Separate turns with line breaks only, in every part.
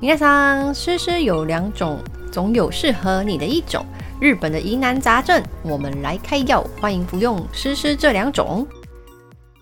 皆さん，诗诗有两种，总有适合你的一种。日本的疑难杂症，我们来开药，欢迎服用诗诗这两种。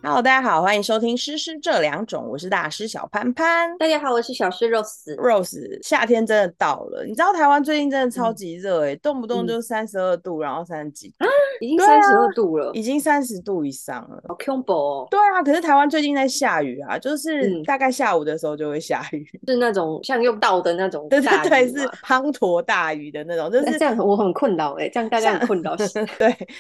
Hello，大家好，欢迎收听《诗诗这两种》，我是大师小潘潘。
大家好，我是小诗 Rose。
Rose，夏天真的到了，你知道台湾最近真的超级热诶、动不动
嗯
就三十二度，然后三十几度，
已经
对
三
啊
十二度了，
已经三十度以上了。
好恐怖哦！
对啊，可是台湾最近在下雨啊，就是
嗯
大概下午的时候就会下雨，
是那种像用到的那种
对
大
对对，
雨
是
吗
滂沱大雨的那种，就
那
是
这样我很困扰哎、这样大家
像
很困扰，啊
对，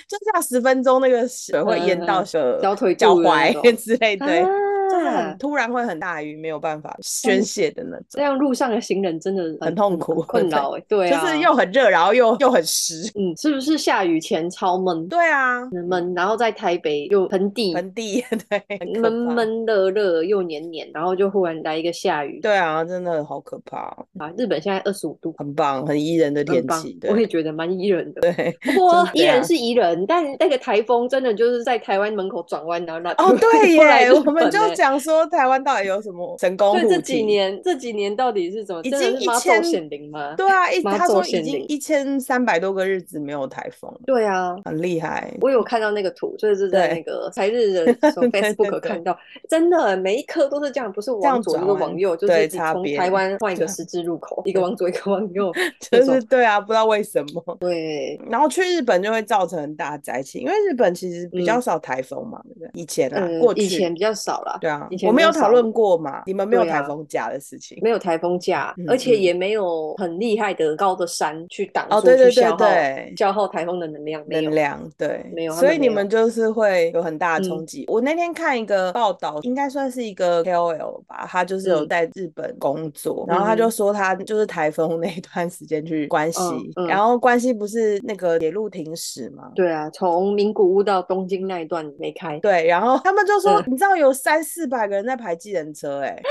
就下十分钟那个水会淹
嗯嗯
到
嗯
脚
小腿
脚
肚的那种
踝
啊
之类，对，就是很突然会很大雨，没有办法
嗯
宣泄的那
这
种，
样路上的行人真的
很痛苦
困扰哎、对
就
啊，
是又很热，然后又又很湿。
嗯，是不是下雨前超闷
对啊，
闷，然后在台北又盆地
盆地 对，很可
闷
怕。
闷热热又黏黏，然后就忽然来一个下雨
对啊，真的好可怕哦，
啊！日本现在二十五度，
很棒，很宜人的
很
天
棒
气。，
我也
对
觉得蛮宜人的。
对，
不过
真的
宜人
啊
是宜人，但那个台风真的就是在台湾门口转弯，然后那
哦对
过来
耶，
日
我们
本
就
欸
讲说台湾到底有什么神功
所以
护
这几
体。
年这几年到底是怎么？
已
真的
经
是妈祖
1000
显灵吗？
对啊，一
妈
他
祖
说已
显
经
灵
一千三百多个日子没有台风了，
对啊，
很 厉害。
我有看到那个图，就是在
对
那个才日的从
对对
Facebook
对
看到，真的每一颗都是这样，不是
样
往左就
转
是
弯
往右，就
对
是你
差
从
别
台湾换一个
对
十字路 口，一个往左一个往右，那
就
种
是对啊，不知道为什么。
对，
然后去日本就会造成很大的灾情，因为日本其实比较
嗯
少台风嘛，对不对？以前啊，
呃
过，去
以前比较少啦，
对啊
以，前
我
比
们有
较
讨
少
论过嘛，你们没有
对
台
啊
风假的事情。
没有台风假
嗯，
而且
嗯
也没有很厉害的高的山去挡
哦
住，
对对
去
对
消耗
对
消耗台风的能量，没有
能。量对，
没有他
所
们
以
没
你
有
们就是会有很大
嗯
的冲击。我那天看一个报道，应该算是一个 KOL 吧，他就是有
嗯
在日本工作，然后他
嗯
就
哼
说他就是台风那一段时间去关西，
嗯
然后关西不是那个铁路停驶嘛，
对啊，从名古屋到东京那一段没开，
对，然后他们就说，
嗯
你知道有三四百个人在排计程车、欸，哎，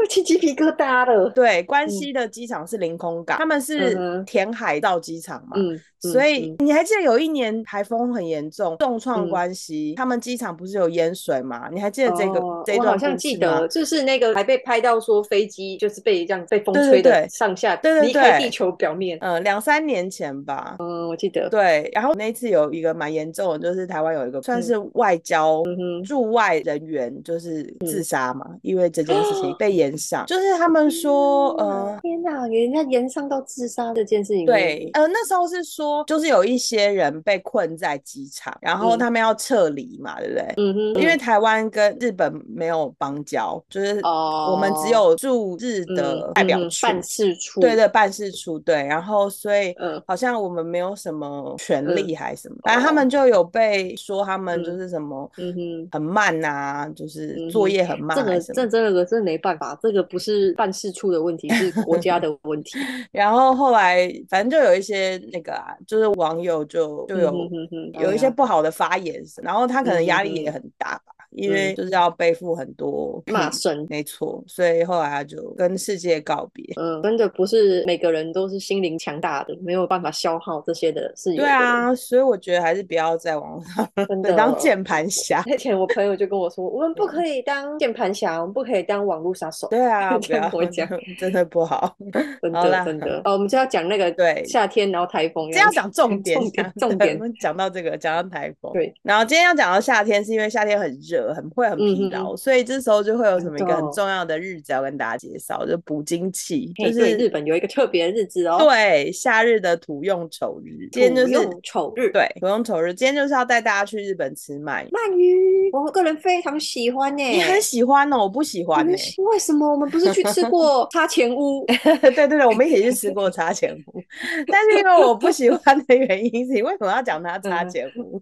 我起 鸡皮疙瘩了。
对，关
嗯
西的机场是凌空港，他们
嗯
是
哼
填海造机场嘛，
嗯，嗯
所以
嗯
你还记得有一年台风很严重，重创
嗯
关西，他们机场不是有淹水吗？你还记得这个、
哦
这一
我
段
好
故
像记
事吗
得，就是那个还被拍到说飞机就是被这样被风
对对
吹
对
的上下
对对
离开
对
地球表面。
呃，两三年前吧。
嗯，我记得。
对，然后那一次有一个蛮严重的，就是台湾有一个算
嗯
是外交
嗯哼，嗯
驻外人员就是自杀嘛，因为这件事 情被延上，就是他们说，呃，
哦天哪，人家延上到自杀这件事情。
对，，呃，那时候是说，就是有一些人被困在机场，然后
嗯
他们要撤离嘛，对不对？
嗯哼，
因为
嗯
台湾跟日本没有邦交，就是我们只
哦
有驻日
嗯
的代表
嗯
处，
办事处，
对对，办事处对，然后所以
嗯
好像我们没有什么权
嗯
利还是什么，反正他
哦
们就有被说他们就
嗯
是什么
嗯哼。
很慢呐、就是
嗯
作
哼
业很慢
这个
还是什么
这这个真没办法，这个不是办事处的问题，是 国家的问题。
然后后来反正就有一些那个啊，就是网友就就
嗯
有
哼哼哼
哦有一些
哎呀
不好的发言，然后他可能
嗯
压
嗯
力也
嗯
很大吧，因为
嗯
就是要背负很多。
骂声
没错，所以后来他就跟世界告别。
嗯，真的不是每个人都是心灵强大的，没有办法消耗这些的，是有
对
的
啊，所以我觉得还是不要在 网上
真的哦
当键盘侠。
那天我朋友就跟我说，我们不可以当键盘侠，我们不可以当网络杀手。
对 啊，不
这样
要
我讲
真的 不好。
真
好
的
啦
真的。哦，我们就要讲那个
对
夏天，然后台风，
这样讲重点，
重点
这样
重
对
点
我们讲到这个，讲到台风。
对，
然后今天要讲到夏天，是因为夏天很热，很会很疲
嗯哼
劳，所以这时候就会有什么一
真
个
的
很
哦
重要的日子要跟大家介绍，就补精气，就
嘿对日
是
本有一个特别的日子哦，，
对夏日的土用丑日。今天就是
用丑日，
对土用丑日，今天就是要带大家去日本吃鳗鱼。
鳗鱼，我个人非常喜欢呢、
你很喜欢哦，我不喜
我
欢呢
们。是为什么我们不是去吃 过差钱屋？
对对对，我们一起去吃过茶钱屋，但是因为我不喜欢的原因是，为什么要讲它茶
嗯
钱屋、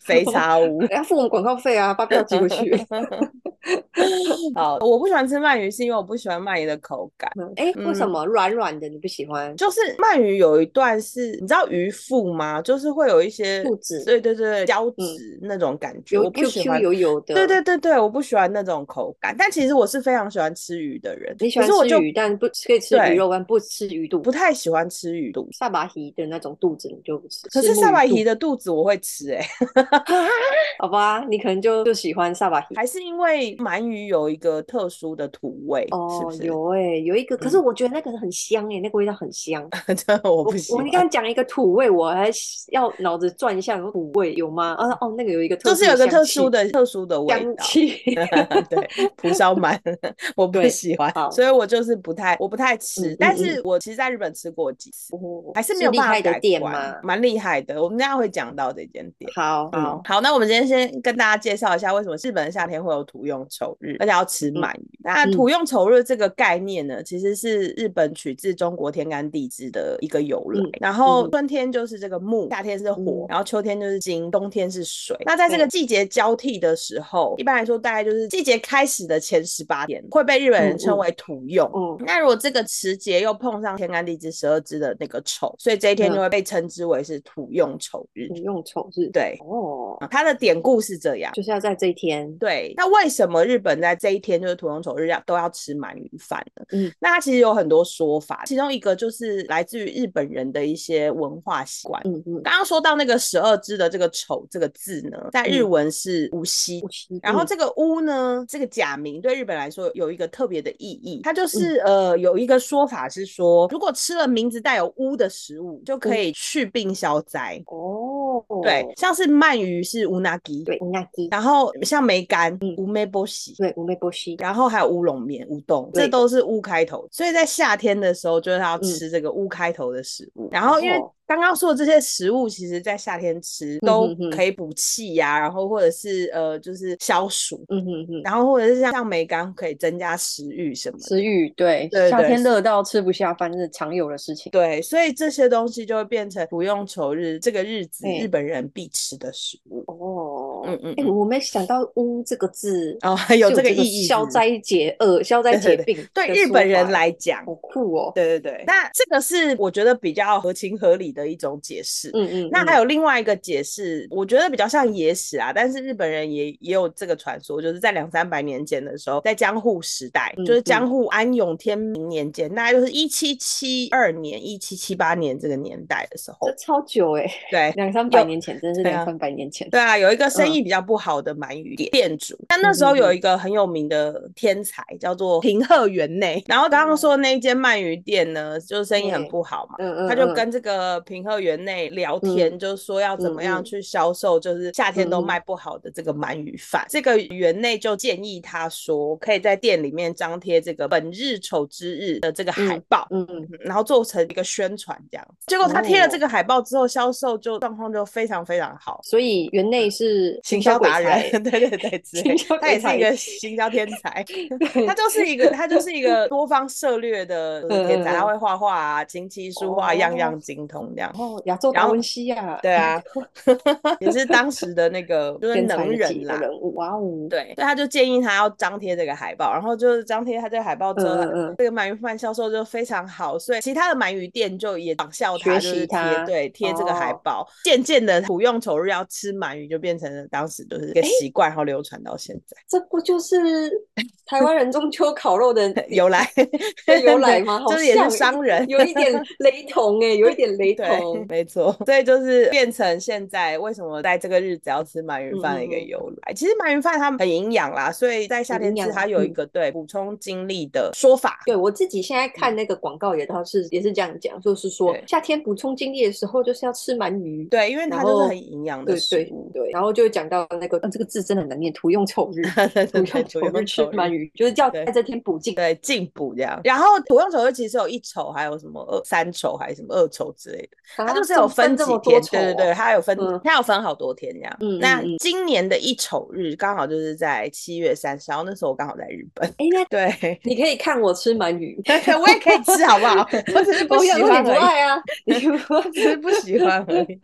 肥茶屋？
要付我们广告费啊，把票寄回 去。
好，我不喜欢吃鳗鱼，是因为我不喜欢鳗鱼的口感。
哎、为什
嗯
么软软的你不喜欢？
就是鳗鱼有一段是，你知道鱼腹吗？就是会有一些
肚子嗯
对对对，胶质那种感觉，我
有
不
Q
喜
Q
欢。
油油的，
对对，对对，我不喜欢那种口感。但其实我是非常喜欢吃鱼的人，
你喜欢
可是我
吃
就
鱼，但不可以吃
对
鱼肉，但不吃鱼肚
不。太喜欢吃鱼肚。
萨巴鱼的那种肚子你就不吃，
可是
木
萨白
鱼
鱼
肚
的肚子我会吃、欸，哎，
好吧，你可能就就喜欢萨巴鱼。
还是因为鳗鱼有一个特殊的土味，是
哦
不，是？嗯
有哎、有一个，可是我觉得那个很香哎、那个味道很香。
这我
我
不喜
我
欢
你。刚刚讲一个土味，我还要脑子转一下，土味有吗？啊哦，那个有一个特
就是
殊
有个特
香气
殊的特殊的味
香
道，
气。
对，蒲烧鳗我不
对
喜欢，
好
所以我就是不太我不太吃。
嗯嗯
但是我其实在日本吃过几次，还是没
是
有
厉
办法
害的
改
店
观
吗
蛮厉害的，我们等一下会讲到这间店。
好
嗯
好，
好，那我们今天先跟大家介绍一下为什么日本的夏天会有土用丑日，而且要吃鳗鱼。那
嗯
土用丑日这个概念呢，其实是日本取自中国天干地支的一个由来。
嗯
然后
嗯
春天就是这个木，夏天是火，
嗯
然后秋天就是金，冬天是水。那在这个
对
季节交替的时候，一般来说大概就是季节开始的前十八天会被日本人
嗯
称
嗯
为土用。
嗯
那如果这个时节又碰上天干地支十二支的那个丑，所以这一天
嗯
就会被称之为是土用丑日。
你嗯用丑是
对，
哦，
它的典故是这样。
就是要在这一天。
对，那为什么日本在这一天就是屠龙丑日要都要吃鳗鱼饭呢？
嗯，
那它其实有很多说法，其中一个就是来自于日本人的一些文化习惯。
嗯嗯，
刚刚说到那个十二支的这个丑这个字呢，在日
嗯
文是无息，
呼吸
然后
嗯
这个巫呢，这个假名对日本来说有一个特别的意义，它
嗯
就是、呃有一个说法是说，如果吃了名字带有巫的食物，就可
嗯
以去病消灾。
哦，
对，像是鳗鱼是乌纳吉，
对，那吉
然后像梅干嗯乌梅波喜。
对梅波西，
然后还有乌龙面、乌冬，这
对
都是乌开头，所以在夏天的时候就是要
嗯
吃这个乌开头的食物。然后因为
哦
刚刚说的这些食物，其实在夏天吃
嗯
都
哼哼
可以补气呀、然后或者是呃就是消暑，
嗯哼哼，
然后或者是像像梅干可以增加食欲什么的。
食欲对
对
夏
对
天热到吃不下饭是常有的事情。
对，所以这些东西就会变成不用愁日这个日子
嗯
日本人必吃的食物。
哦，
嗯嗯
哎，
嗯
我没想到“巫”这个字
哦，有
是
这个
个
意义是
消
不是
灾解厄、消灾
对
解
对
病
对
的
日
说
本人
法
来讲，
好酷哦。
对对对，那这个是我觉得比较合情合理的一种解释。
嗯嗯，
那
嗯
还有另外一个解释，我觉得比较像野史啊，但是日本人也也有这个传说，就是在两三百年前的时候，在江户时代，
嗯
就是
嗯
江户安永天明年间，大概就是一七七二年、一七七八年这个年代的时候
这，超久哎，
对，
两三百
有
年前，真是
对
两
啊
三百年前。
对啊，有一个生
嗯
意比较不好的鳗鱼店店主，但那时候
嗯嗯
有
嗯
一个很有名的天才叫做平贺园内，然后刚刚说的那一间鳗鱼店呢，就是生意很
嗯对
不好嘛。
嗯嗯，
他就
嗯
跟这个平贺园内聊
嗯
天，就是说要怎么样
嗯嗯
去销售，就是夏天都
嗯嗯
卖不好的这个鳗鱼饭。这个园内就建议他说，可以在店里面张贴这个本日丑之日的这个海报，
嗯嗯
然后做成一个宣传这样子。结果他贴了这
哦
个海报之后，销售就状况就非常非常好，
所以园内是
嗯行
销
销
鬼
达
才
人， 对对对，之类
行销
他也
鬼
是
才
一个行销天才，
对
他就是一个他就是一个多方涉略的天才，
嗯嗯嗯
他会画画啊，琴棋书画样
哦
样精通这样。
哦，亚洲
然
达
后
文西亚，
对啊，也是当时的那个就 是
天才
能
的级
人啦
的，人物，哇哦，
对，所以他就建议他要张贴这个海报，然后就是张贴他这个海报之后，
嗯嗯嗯
这个鳗鱼饭销售就非常好，所以其他的鳗鱼店就也仿效他，
学
就
习
是贴
他
对贴这个海
哦
报，渐渐的虎用丑日要吃鳗鱼就变成了当时就是一个
诶
习惯，然后流传到现在。
这不就是台湾人中秋烤肉 的
由来
的由来吗？好
就是也
像
是商人。
有一点雷同哎，有一点雷
对，
同。
没错，所以就是变成现在为什么在这个日子要吃鳗鱼饭的一个
嗯嗯嗯
由来。其实鳗鱼饭它很营养啦，所以在夏
很
天
营
吃
养
它
啊
有一
嗯
个对补充精力的说法。
对我自己现在看那个广告也都是也是这样讲，就是说
对
夏天补充精力的时候就是要吃鳗鱼。
对，因为它
然
就是
后
很营养的
对
食
对
物。
对，然后就会讲到那个，嗯，这个字真的很难念，图用丑 日，
对
图
对
用
对，
丑
土
日
用
吃
丑
鳗
日
鱼，就是要
对
在这天补进。
对进补这样。然后土用丑日其实有一丑，还有什么二三丑，还是什么二丑之类的。它
它
就是有分
啊这
几
么多
天，
丑
对对对，
哦，
它有分
嗯，
它有分好多天这样。
嗯嗯
那
嗯
今年的一丑日刚好就是在七月三十号，那时候我刚好在日本。
哎，那
对，
你可以看我吃鳗鱼，
我也可以吃，好不 好？我只是不
我
喜
想说
欢
你 不
而已，
爱 啊，你不爱。
只是不喜欢而 已。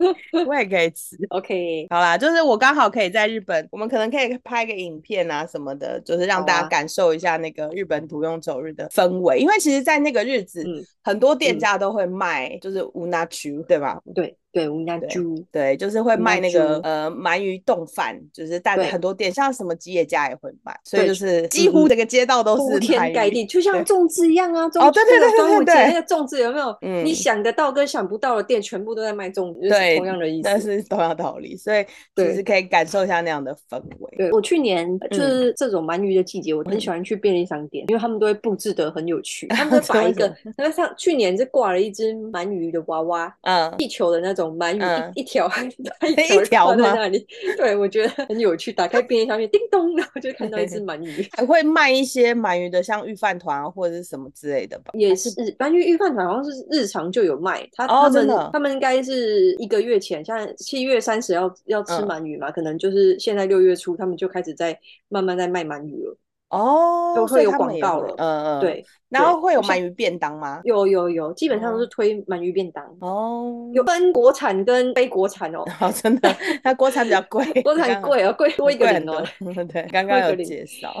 我也可以吃。
OK，
好啦，就是我刚好可以在日本，我们可能可以拍个影片啊什么的，就是让
好
大家
啊
感受一下那个日本土用走日的氛围。因为其实，在那个日子，
嗯，
很多店
嗯
家都会卖，就是无 n a 对吧？
对对，无难
对
猪，
对，就是会卖那个
猪
呃鳗鱼冻饭，就是大
对
很多店，像什么吉野家也会卖，所以
对
就是几
嗯
乎
嗯
这个街道都
铺
是
天
鳗
盖
鱼
地，就像
对
粽子一样啊！粽
哦对
那
对
个
对对
端午节
对
那个粽子有没有？
嗯
你想得到跟想不到的店，全部都在卖粽子，就是
对
同样的意
但
思。
是同样道理，所以其
对
实可以感受一下那样的氛围。
对我去年就是这种鳗鱼的季节，我
嗯
很喜欢去便利商店，因为他们都会布置得很有趣，他们 都把
为
一
什
个
么，
那像去年是挂了一只鳗鱼的娃娃，
嗯，
地球的那种鳗鱼，
嗯
一一条 一
一条
挂在
吗。
那里，对我觉得很有趣。打开便利商店，叮咚，然后就看到一只鳗鱼
还会卖一些鳗鱼的，像御饭团啊或者是什么之类的吧。
也是鳗鱼预饭团，好像是日常就有卖。他、
哦
他
真
们
的
他们应该是一个月前，像七月三十要要吃
嗯
鳗鱼嘛，可能就是现在六月初，他们就开始在慢慢在卖鳗鱼了。
哦，
都
所
会
以
有
他
广
们也
告
会
了
嗯嗯，。
对，
然后
对
会有
就像
鳗鱼便当吗？
有有有，基本上都
哦
是推鳗鱼便当，
哦，
有分国产跟非国产哦。
哦，真的，它 锅产比较贵，
国
刚
产
刚
贵哦， 贵多一个
贵
零哦。
很多。 对，刚
多
刚
一个
有
零
介绍。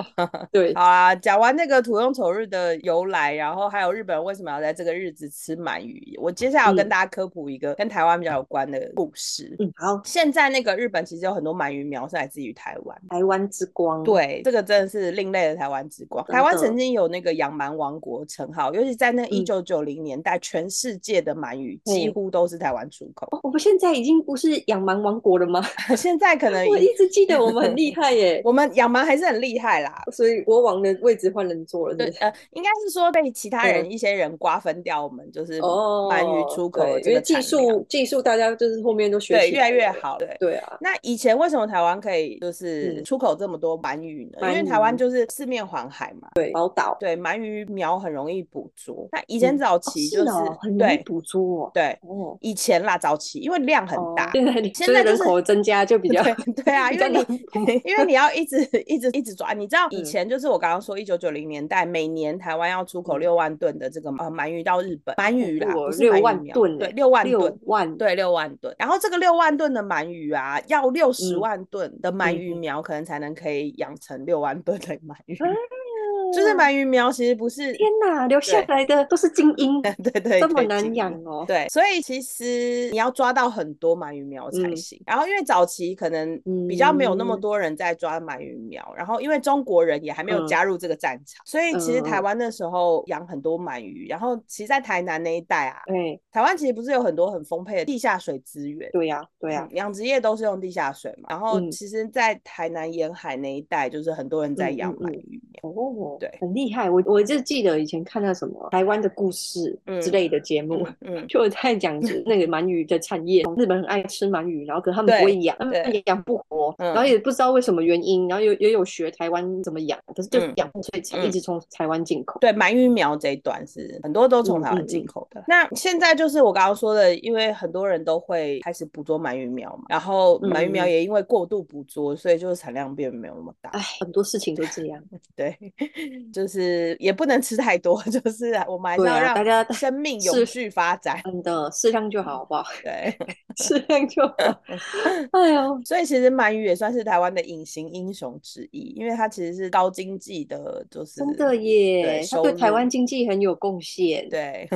对，
好啊，讲完那个土用丑日的由来，然后还有日本人为什么要在这个日子吃鳗鱼，我接下来要跟
嗯
大家科普一个跟台湾比较有关的故事。
嗯，好，
现在那个日本其实有很多鳗鱼苗是来自于台湾。
台湾之光。
对，这个真的是另类的台湾之光。
真
台湾
的
曾经有那个“养鳗王国”称号，尤其在那一
嗯
九九零年代，全世界的鳗鱼几
嗯
乎都是台湾出口。
哦我们现在已经不是养蛮王国了吗？
现在可能
哦我
已，
一直记得我们很厉害耶
我们养鳗还是很厉害啦，
所以国王的位置换人做了
对
是，不是
呃，应该是说被其他人
嗯
一些人瓜分掉，我们就是
哦，
鳗鱼出口的
对
这
因
个
为技
产量
术技术大家就是后面都学
对
起
越来越
了。
好，对。
对啊，
那以前为什么台湾可以就是
嗯
出口这么多鳗鱼呢？因为
鳗
台湾
鱼
就是四面环海嘛，
对宝岛
对，鳗鱼苗很容易捕捉。那以前
嗯
早
哦
期就是
是哦，很容易
对
捕捉哦。
对，
哦
以前啦，早期因为量很
哦
大，，
现在
现
所以
在就
人
是
口增加就比较
对对啊，
比
因
较
为你
难过
因为你要一直一直一直抓，你知道以
嗯
前就是我刚刚说一九九零年代，每年台湾要出口
嗯
六万吨的这个呃鳗鱼到日本，鳗鱼啦，
我
不是
六
鳗鱼
万
苗，
吨
对，
耶
六万
六
吨。
万
对，六万吨。然后这个六万吨的鳗鱼啊，要六十
嗯
万吨的鳗
嗯
鱼
嗯
苗，可能才能可以养成六万吨的鳗鱼。
啊
就是鳗鱼苗其实不是，
天哪，留下
对
来的都是精英，
对对对，
这么
精
难
英
养哦。
对，所以其实你要抓到很多鳗鱼苗才
嗯
行。然后因为早期可能比较没有那么
嗯
多人在抓鳗鱼苗，然后因为中国人也还没有
嗯
加入这个战场，所以其实台
嗯嗯
湾那时候养很多鳗鱼。然后其实，在台南那一带啊，
对
台湾其实不是有很多很丰沛的地下水资源。
哎对呀，对呀
嗯，养殖业都是用地下水嘛，然后
嗯
其实，在台南沿海那一带，就是很多人在
嗯
养
嗯
鳗
嗯
鱼苗。
哦，
对
很厉害。我我就记得以前看那什么台湾的故事之类的节目，
嗯，嗯
就在讲是那个鳗鱼的产业。日本很爱吃鳗鱼，然后可是他们不会养，他
对
们养不活，
嗯
然后也不知道为什么原因，然后也也有学台湾怎么养，可是就
嗯
养不，所以才
嗯
一直从台湾进口。
对，鳗鱼苗这一段是很多都从
嗯
台湾
嗯
进
嗯
口的。那现在就是我刚刚说的，因为很多人都会开始捕捉鳗鱼苗嘛，然后鳗鱼苗
嗯
也因为过度捕捉，所以就是产量变没有那么大
哎。，很多事情都这样。
对， 就是也不能吃太多， 就是我们还是
对
要
啊大家
让生命永
是
续发展。
真的，适量就好，好不好？
对，
适量就 好。哎呦，
所以其实鳗鱼也算是台湾的隐形英雄之一，因为它其实是高经济的，就是
真的耶，它对
收
台
入
湾经济很有贡献。
对。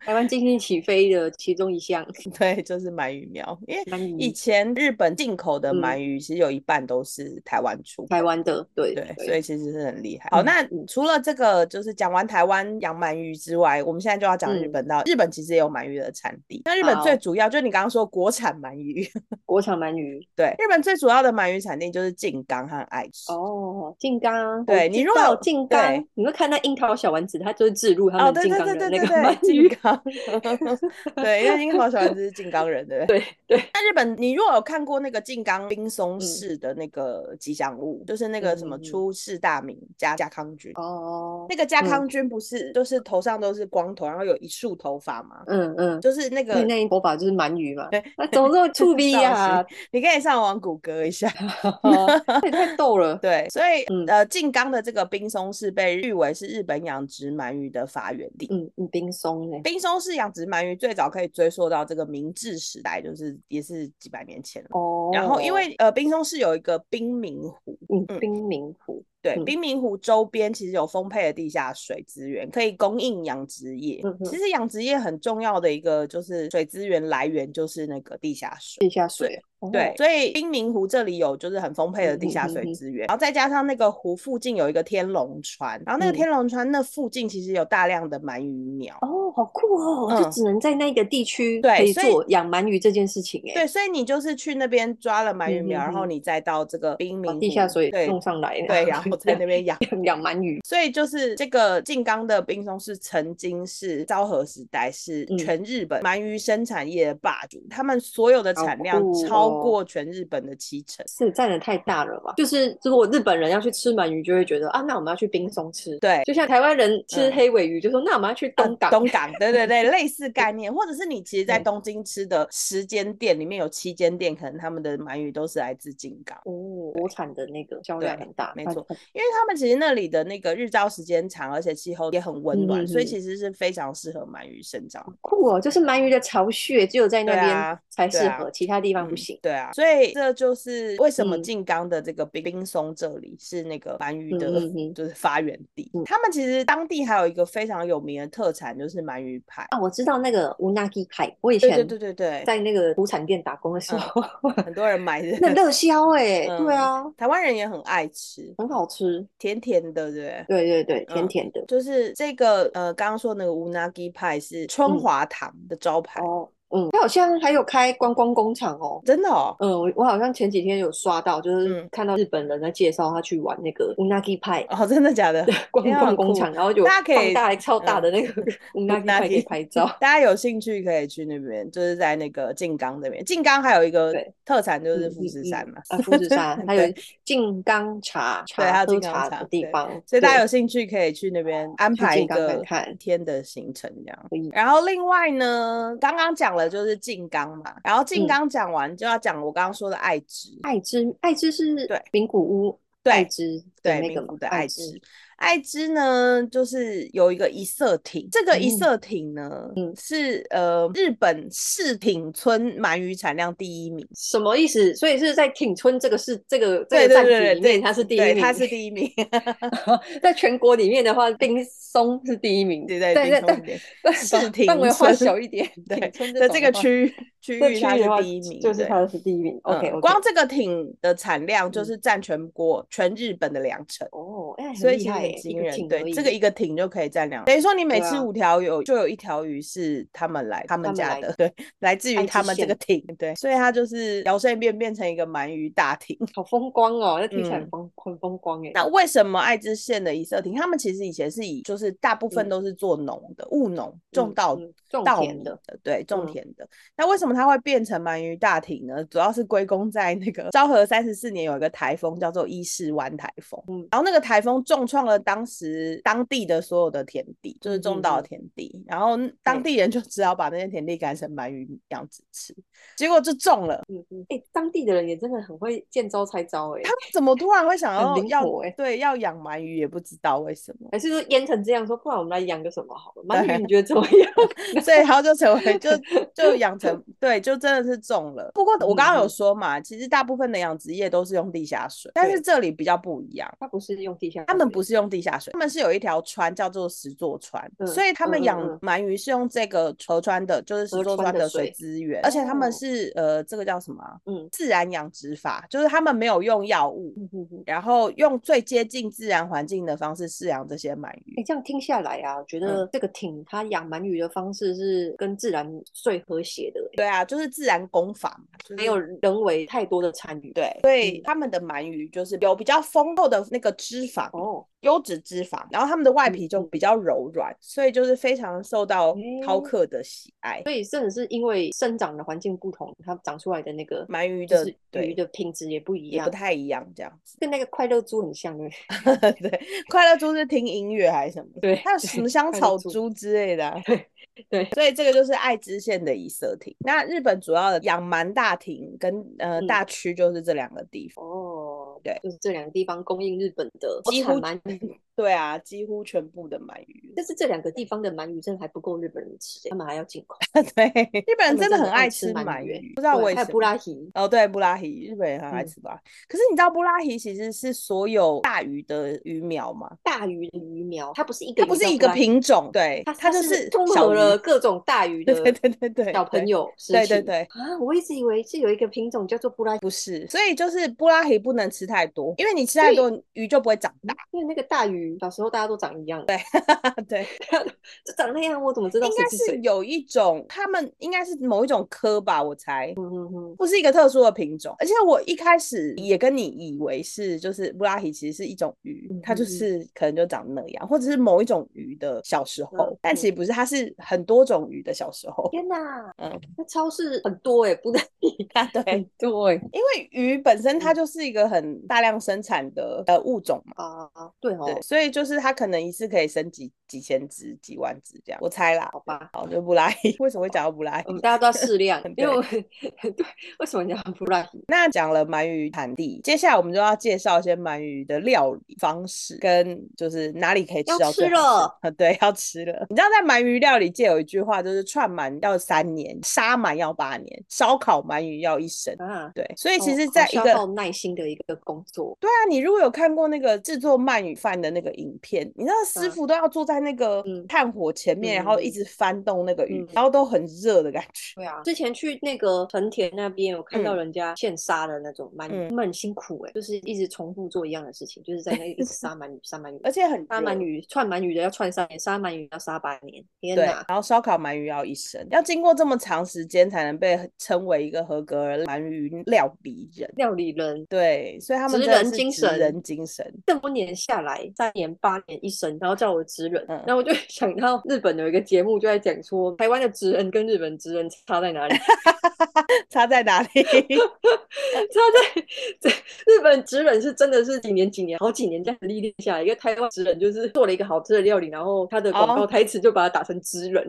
台湾经济起飞的其中一项，
对，就是鳗鱼苗，因为
鳗
以
鱼
前日本进口的
嗯
鳗鱼，其实有一半都是台湾出
台
口。
湾的，对
对，所以其实是很厉害。好，
嗯
那
嗯
除了这个，就是讲完台湾养鳗鱼之外，我们现在就要讲日
嗯
本到日本其实也有鳗鱼的产地。那日本最
好
主要就是你刚刚说国产鳗鱼，
国产鳗鱼
对，日本最主要的鳗鱼产地就是静冈和爱知。
哦，静冈，我
对你
知
如果
道
有
静
对
冈，你会看那樱桃小丸子，它就是置入他
哦，
们
对
静
对
冈
对
的
对
那
对
个
对，
鳗
静
鱼，
冈， 对，因为樱桃小丸子是静冈人，对不对？
对对，
那日本，你如果有看过那个静冈冰松
嗯
市的那个吉祥物，就是那个什么
嗯
出世大名加加康君，
哦
那，个加
嗯
康君不是就是头上都是光头，然后有一束头发吗？
嗯嗯，
就是那
所以
个
那一头发就是鳗鱼嘛
对，
那怎么这么 触逼
造
呀？
型你可以上网谷歌一下。
这 也太逗了，
对，所以、
嗯
呃，静冈的这个冰松市被誉为是日本养殖鳗鱼的发源地。
嗯嗯，冰松 嘞，
冰松市养殖鳗鱼最早可以追溯到这个明治时代，就是也是几百年前了。
哦，
然后因为呃，冰松市有一个冰明湖，
嗯
嗯
冰明湖，
对，
嗯
冰明湖周边其实有丰沛的地下水资源，可以供应养殖业
嗯。哼
其实养殖业很重要的一个就是水资源来源就是那个地下水。
地下水，嗯哦
对，，所以冰明湖这里有就是很丰沛的地下水资源，然后再加上那个湖附近有一个天龙川，然后那个
嗯
天龙川那附近其实有大量的鳗鱼苗。
哦，好酷哦，
嗯
就只能在那个地区
对
可以
所以
做养鳗鱼这件事情，哎
对，，所以你就是去那边抓了鳗鱼苗，
嗯嗯嗯
然后你再到这个冰
把
明
地下
湖
水
对
弄上来，
对，然后在那边养。
边 养鳗鱼，
所以就是这个静冈的冰松是曾经是昭和时代是
嗯
全日本鳗鱼生产业的霸主，他们所有的
好
产量
酷
超
哦
过全日本的七成。
是占的太大了吧？就是如果日本人要去吃鳗鱼，就会觉得啊，那我们要去冰松吃，
对，
就像台湾人吃
嗯呃
黑尾鱼，就说那我们要去东港，嗯
东港，对对 对，类似概念，或者是你其实，在
对
东京吃的十间店里面有七间店，可能他们的鳗鱼都是来自静冈，
哦，国产的那个销量
对
很大，
没
它
错，因为他们其实那里的那个日照时间长，而且气候也很温暖，
嗯嗯
所以
嗯
其实是非常适合鳗鱼生长。
酷哦，就是鳗鱼的巢穴只有在那
对啊
边才
对
适
啊
合，其他地方不
嗯
行。
对啊，所以这就是为什么
嗯
静冈的这个冰冰松这里是那个鳗鱼的，
嗯嗯嗯
就是发源地。
嗯
他们其实当地还有一个非常有名的特产，就是鳗鱼派。
啊，我知道那个乌纳基派，我以
对对
前
对对对，
在那个土产店打工的时候，
很多人买的，
那热销哎，
嗯
对啊，
台湾人也很爱吃，
很好吃，
甜甜的，对不对？
对对对，
嗯
甜甜的。
就是这个呃，刚刚说那个乌纳基派是春
嗯
华堂的招牌，
哦，嗯，它好像还有开观光工厂哦。
真的哦。
嗯，我我好像前几天有刷到，就是
嗯
看到日本人在介绍他去玩那个乌纳基派
哦，真的假的？
观
因为
光
很
工
酷
厂，然后有
大家可
放
以
大超大
嗯
的那个 乌纳基派可以拍照。
大家有兴趣可以去那边，就是在那个静冈那边。静冈还有一个
对
特产就是
嗯
富士
嗯
山嘛，
啊，富士山，还有
对
静冈茶
对还
茶
有
喝
静冈
茶
茶
的地
对
方，
所以大家
对
有兴趣可以去那边安
去
排一
静冈看
个
看
一天的行程这样
可以。
然后另外呢，刚刚讲了就是静冈嘛，然后
嗯
静冈讲完就要讲我刚刚说的爱知，
爱知爱知是
对
名古屋
对
爱知
对，
那个
名
嘛
古的爱
爱
知，爱知呢，就是有一个一色町，这个一
嗯
色町呢，
嗯
是呃日本市町村鳗鱼产量第一名，
什么意思？所以是在挺村这个是这个
对
这个
对
战局
对
里
对，
面，它是第一
对
名，
它是第一名，
在全国里面的话，冰松是第一名，
对对
但
对，
但
町
但
村点
但
松
是
町
范围画
村
小一点，
对
挺村
在
种
这
的
个
话
区区
这
域
区
它
域
是
的话
第一名，
就是
对
它是第一名。OK
嗯
OK，
光这个艇的产量就
嗯
是占全国全日本的两成。
哦，哎，很
所以
厉
其实
害
很
耶一
惊
个
人，
挺而
对，这个
已
一个艇就可以占两，等于说你每
对
吃
啊
五条有就有一条鱼是他们来他
他
们
们
家
来
的，对，来自于
爱
他
知
们这个
县
艇，对，所以它就是摇身一变变成一个鳗鱼大艇。
好风光哦，那听起来
嗯
很风很风光哎。
那为什么爱知县的以色町，他们其实以前是以就是大部分
嗯
都是做农的，务农种
嗯
稻
嗯种
稻
田
米
的，
的，对，种
嗯
田的。那为什么它会变成鳗鱼大艇呢？主要是归功在那个昭和三十四年有一个台风叫做伊势湾台风，
嗯
然后那个台风重创了当时当地的所有的田地，就是
嗯
种
嗯
稻的
嗯
田地，然后当
对
地人就只好把那些田地改成鳗鱼养殖吃，结果就中了。
嗯嗯，哎、当地的人也真的很会见招拆招哎、
他们怎么突然会想
很
要
灵
要
活欸
对要养鳗鱼，也不知道为什么。
还是说腌成这样说，不然我们来养个什么好 了？鳗
对
鱼你觉得怎么样？
所以他就成为就就养成对，就真的是中了。不过我刚刚有
嗯嗯
说嘛，其实大部分的养殖业都是用地下水，但是
对
这里比较不一样。
他不是用地下，
他们不，是用地下水，他们是有一条川叫做石座川，
嗯
所以他们
嗯嗯
养
嗯
鳗鱼是用这个河川的，就是石
河
座
川
川
的
的水
水
资源，而且他们
哦
是呃这个叫什么啊、
嗯
自然养殖法，就是他们没有用药物，
嗯嗯嗯。
然后用最接近自然环境的方式饲养这些鳗鱼
哎、。这样听下来啊，
嗯
我觉得这个挺它养鳗鱼的方式是跟自然最和谐的、欸，
对啊，就是自然工法嘛，就是
没有人为太多的参与。
对，所以
嗯
他们的鳗鱼就是有比较丰厚的那个脂肪，
哦，
优质脂肪，然后他们的外
嗯
皮就
嗯
比较柔软，所以就是非常受到饕
诶
客的喜爱。
所以真的是因为生长的环境不同，它长出来的那个
鳗鱼
就
的
是
对
鱼的品质也不一
也
样
不，太一样，这样子。
跟那个快乐猪很像，对不对
对，快乐猪是听音乐还是什么？
对
还有什
对
么香
快乐
草
猪
猪之类的啊、
对
所以这个就是爱知县的以色町。那日本主要的养鳗大町跟呃
嗯
大区就是这两个地方。
哦，
对
就是这两个地方供应日本的
几
国产
乎
鳗鱼，
对啊，几乎全部的鳗鱼。
但是这两个地方的鳗鱼真的还不够日本人吃、欸，他们还要进口。
对，日本
他
人
们
真的很
爱
吃鳗
鳗欸
鱼，不知道
对
为
还
什
有布
么。
拉提，嗯
哦，对，布拉提，日本人很爱吃布拉提。可是你知道布拉提其实是所有大鱼的鱼苗吗？
大鱼的鱼苗，它不是一个，
它不是一个，品种，对，
它
它就是是
综
小
合
鱼
了各种大鱼的
对对对对对
小朋
对
友食
对对
品
对，
啊，我一直以为是有一个品种叫做布拉提，
不是，所以就是布拉提不能吃太多，因为你吃太多鱼就不会长大。
因为那个大鱼小时候大家都长一样，对，
对，
就长那样，我怎么知道
应该
谁是
是
谁？
有一种，他们应该是某一种科吧，我猜。
嗯嗯嗯，
不是一个特殊的品种，而且我一开始也跟你以为是，就是布拉提其实是一种鱼
嗯，
它就
嗯嗯
是可能就长那样，或者是某一种鱼的小时候
嗯，
但其实不是，它是很多种鱼的小时 候。
天哪，
嗯，
那超市很多哎、欸，不能
对，
很多哎、
因为鱼本身
嗯
它就是一个很大量生产的呃物种嘛，
啊，对哦，
对，所以就是它可能一次可以生几几千只、几万只这样，我猜啦。
好吧。
好，就布拉提， 为什么会讲到布拉
我
提，
们？大家都要适量 因为我 对，为什么讲布拉提？
那讲了鳗鱼产地，接下来我们就要介绍一些鳗鱼的料理方式，跟就是哪里可以吃
要
到最
吃
好
了
吃。 对，要吃了。你知道在鳗鱼料理界有一句话，就是串鳗要三年，杀鳗要八年，烧烤鳗鱼要一生。
啊，
对，所以其
哦
实
好
在一
消
个、
耗耐心的一个工作，
对啊，你如果有看过那个制作鳗鱼饭的那个影片，你知道师
嗯
傅都要坐在那个
嗯
炭火前面，然后一
嗯
直翻动那个鱼，
嗯
然后都很热的感觉。
对啊，之前去那个屯田那边，我看到
嗯
人家现杀的那种鳗鱼，
嗯
他们很辛苦哎、就是一直重复做一样的事情，就是在那一直杀鳗鱼、杀鳗鱼，
而且很
杀
热
鳗鱼、串鳗鱼的要串三年，杀鳗鱼要杀八年，天
对，
哪！
然后烧烤鳗鱼要一生，要经过这么长时间才能被称为一个合格的鳗鱼料理人。
料理人
对，所以他们
职
真的
人
是
精
职
神
人精神。
多年下来，三年八年一生，然后叫我职人，
嗯
然后我就 想到日本有一个节目就在讲说，台湾的职人跟日本职人差在 哪里？
差在哪里？
差在这日本职人是真的是几年几年好几年这样历练下来，一个台湾职人就是做了一个好吃的料理，然后他的广
哦
告台词就把它打成职 人，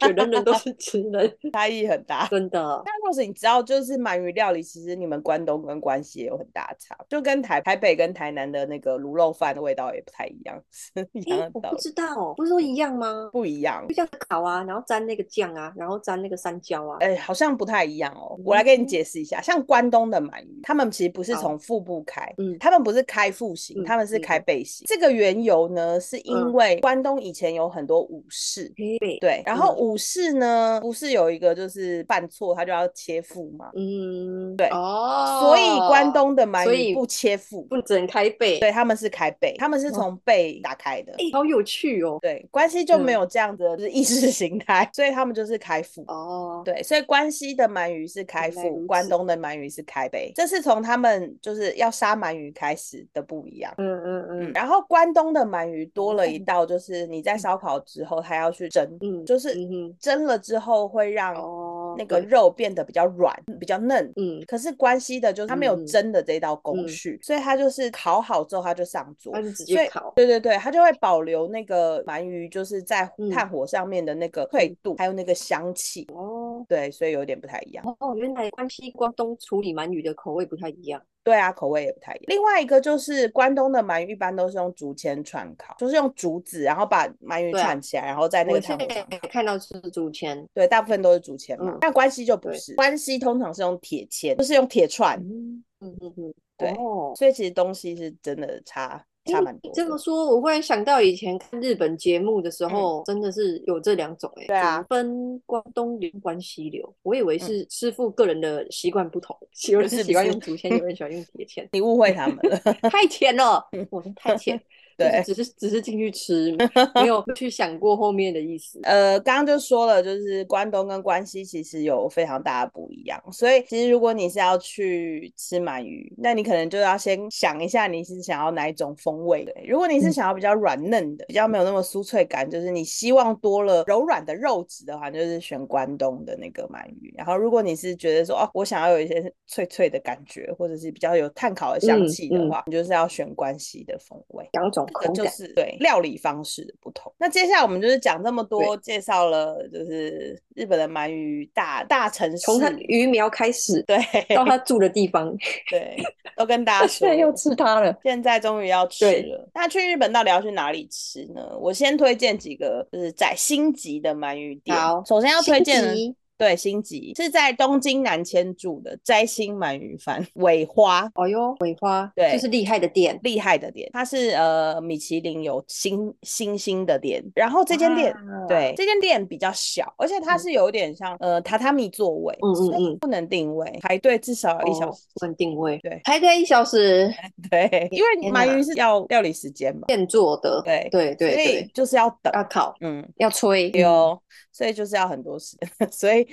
就人人都是职人，
差异很大。
真 的。
但若是你知道，就是鳗鱼料理，其实你们关东跟关西也有很大差，就跟台台北跟台南的那个卤肉饭的味道也不太一样，是一
哎、
样的
我
道
不
理，
知道哦，不是说一样吗？
不一样。
烤啊，然后沾那个酱啊，然后沾那个山椒啊。
哎、好像不太一样哦。我来给你
嗯
解释一下，像关东的鳗鱼，他们其实不是
好
从腹部开，
嗯
他们不是开腹型，
嗯
他们是开
嗯
背型。这个缘由呢，是因
嗯
为关东以前有很多武士。
嘿
对，然后
嗯
武士呢，不是有一个就是犯错他就要切腹吗？
嗯，
对
哦，
所以关东的鳗
所
鱼
以
不切腹，
不能开背，
对，他们是开背，他们是
哦
从背打开的。
哎，好有趣哦。
对，关西就没
嗯
有这样的就是意识 形态，所以他们就是开腹。
哦，
对，所以关西的鳗鱼是开
原来
腹，
如
关
此
东的鳗鱼是开背，这是从他们就是要杀鳗鱼开始的不一样。
嗯嗯
嗯
嗯，
然后关东的鳗鱼多了一
哦
道，就是你在
嗯
烧烤之后，它要去蒸，
嗯
就是
嗯哼
蒸了之后会让
哦，
那个
对
肉变得比较软、比较嫩。
嗯，
可是关西的就是它没有
嗯嗯
蒸的这道工
嗯
序，所以它就是烤好之后它就上桌
那，就直
所
接
以
烤。
对对对，它就会保留那个鳗鱼就是在
嗯
炭火上面的那个脆度，还有那个香气。
哦
对，所以有点不太一样。
哦，原来关西关东处理鳗鱼的口味不太一样。
对啊，口味也不太一样。另外一个就是关东的鳗鱼一般都是用竹签串烤，就是用竹子，然后把鳗鱼
对啊
串起来，然后在那
我
个炭
现在
火上烤。
看到是竹签，
对，大部分都是竹签嘛
嗯。
但关西就不
对
是，关西通常是用铁签，就是用铁串，
嗯嗯嗯嗯，
对
哦。
所以其实东西是真的差差
诶
蛮多
这
的
么说，我忽然想到以前看日本节目的时候，真的是有这两种哎、
嗯对啊嗯
怎么分关东流、关西流。我以为是师傅个人的习惯不同，有人
不是不
喜欢
是，
用竹签，有人喜欢用铁签
你误会他们了。
太甜了，我说太甜，就是
对
只是只是进去吃，没有去想过后面的意思。
呃，刚刚就说了，就是关东跟关西其实有非常大的不一样，所以其实如果你是要去吃鳗鱼，那你可能就要先想一下你是想要哪一种风味的。如果你是
嗯
想要比较软嫩的，比较没有那么酥脆感，就是你希望多了柔软的肉质的话，你就是选关东的那个鳗鱼。然后如果你是觉得说哦，我想要有一些脆脆的感觉，或者是比较有炭烤的香
嗯
气的
嗯
话，你就是要选关西的风味。
两种
这个
口
就
感
是对料理方式的不同。那接下来我们就是讲这么多，介绍了就是日本的鳗鱼大大城市，
从它鱼苗开 始
对
到它住的地 方，
对，都跟大家
现
说
在又吃它了。
现在终于要吃
对
了。那去日本到底要去哪里吃呢？我先推荐几个，就是在新吉的鳗鱼店。
好
首先要推荐
星
的
级
对新吉是在东京南千住的摘星鳗鱼饭尾花。
哦哟，尾花，
对
就是厉害的店。
厉害的店，它是呃米其林有星星星的店，然后这间店、
哇
对这间店比较小，而且它是有点像、呃榻榻米座位，
嗯
所以
嗯嗯，
不能定位，排队至少要一小
哦
时。
不能定位，
对
排队一小时
对，因为
天
鳗
哪
鱼是要料理时间嘛，
现做的，
对
对对
所以
对，啊
就是要等。
要烤
嗯，
要吹，
有，所以就是要很多时， 所以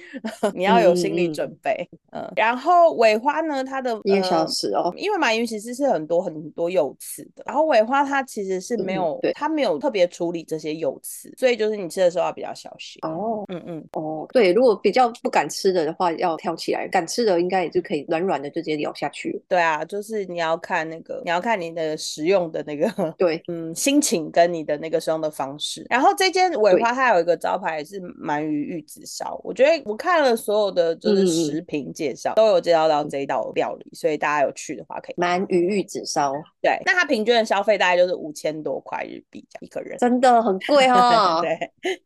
你要有心理
嗯嗯嗯
准备。嗯，然后尾花呢，它的
一个小
呃
时哦，
因为鳗鱼其实是很多很多幼刺的，然后尾花它其实是
嗯
没
嗯
有，
对
它没有特别处理这些幼刺，所以就是你吃的时候要比较小心。
哦
嗯嗯，
哦，对，如果比较不敢吃的的话，要挑起来；敢吃的应该也就可以软软的就直接咬下去。
对啊，就是你要看那个，你要看你的食用的那个。
对，
嗯，心情跟你的那个使用的方式。然后这间尾
对
花它有一个招牌是鳗鱼玉子烧，我觉得我看了所有的就
嗯嗯
是
嗯
食品介绍、都有介绍到这一道料理，所以大家有去的话可以。
鳗鱼玉子烧
对，那它平均的消费大概就是五千多块日币这样一个人。
真的很贵哈、
对，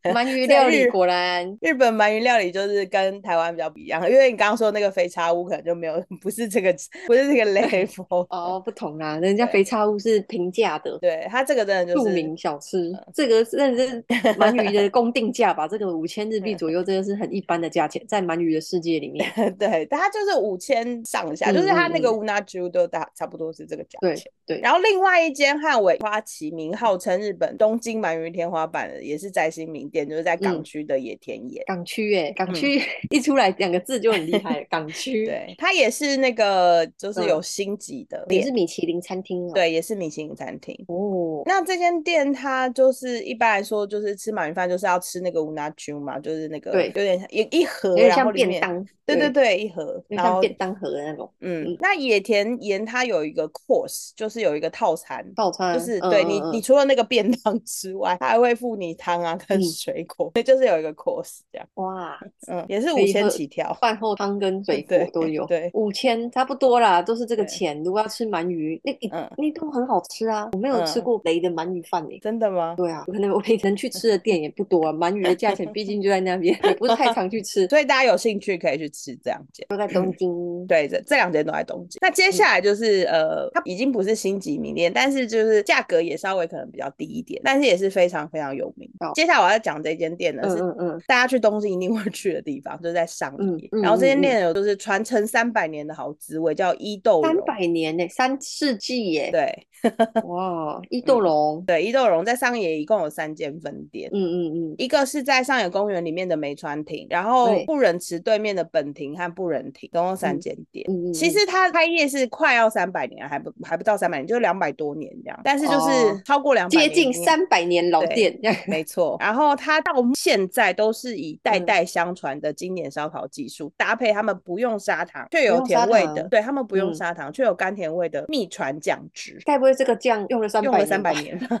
鳗鱼
在
料理
日
果然
日本鳗鱼料理就是跟台湾比较不一样，因为你刚刚说那个肥叉屋可能就没有， 不是这个，不是这 个 level。
哦不同啦，人家
对
肥叉屋是平价的。
对，它这个真的就
著
是呃
名小吃，这个认 真鳗鱼的公定价吧，这个五千日币左右，这个是很一般的价钱，在鳗鱼的世界里 面，
对，但它就是五千上下，就是
嗯嗯
它那个
嗯
u n a j u 都大差不多是这个价
对
钱。
对
然后另外一间和尾花齐名，号称日本东京鳗鱼天花板的，也是摘星名店，就是在港
嗯
区的野田野。
港区耶，港
嗯
区一出来两个字就很厉害 了，港区，
对，它也是那个就是
嗯
有星级的
也
店，
是米其林餐厅哦，
对，也是米其林餐厅。
哦，
那这间店它就是一般来说就是吃鳗鱼饭就是要吃那个 u n a j u 嘛，就是那个
对
有点像一一盒，
有点
然后
像
里
便
面
当，
对对对一盒，
有点
然
像
后
便当盒的那种
嗯
嗯，
那野田盐它有一个 course，就是有一个套餐，
套餐，
就是
嗯
对
嗯
你，
嗯
你除了那个便当之外，它还会附你汤啊跟
嗯
水果，所以就是有一个 course 这样，
哇，
嗯，也是
可
五
以
千
喝
起跳，
饭后汤跟水
对
果都有，
对
五千差不多啦，都是这个
对
钱。如果要吃鳗鱼，那一
嗯
那都很好吃啊，我没有吃
嗯
过雷的鳗鱼饭诶。
真的吗？
对啊，可能我平常去吃的店也不多啊，鳗鱼的价钱毕竟就在那边，也不是太常去吃，
所以大家有兴趣可以去吃这两间。
都在东京。
对，这这两间都在东京。那接
嗯
下来就是、呃，它已经不是星级名店，但是就是价格也稍微可能比较低一点，但是也是非常非常有名。
好
接下来我要讲这间店呢
嗯
是
嗯嗯，
大家去东京一定会去的地方，就是在上
嗯
野。
嗯
然后这间
嗯嗯
店有就是传承三百年的好滋味，叫伊豆
三
荣。
百年呢，三世纪耶，
对嗯
哇，伊豆龙，
对，伊豆荣在上野一共有三间分店。
嗯嗯嗯，
一个是在上野公园里面的梅川町，然后
对
不仁池对面的本町和不仁町，总共三
嗯
间店。
嗯嗯
其
嗯
实它开业是快要三百年了，还不还不到三百年，就两百多年这样。但是就是
哦
超过两百、
接近三百年老
对
店，
没错，然后它到现在都是以代
嗯
代相传的经典烧烤技术，搭配他们不用砂糖却
不
有
用
甜
砂
味的，
糖
对他们不用
嗯
砂糖却有甘甜味的秘传酱汁，
该不会这个酱用了三
用
百
了
年
三百
吧
年，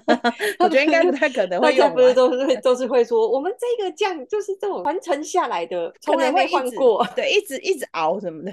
我觉得应该不太可能
大
会
家
用
不是
完。
都是会都是会说，我们这个酱就是这种传承下来的，
可
从来
能会
没
一
换
直
过。
对，一直一直熬 什么的。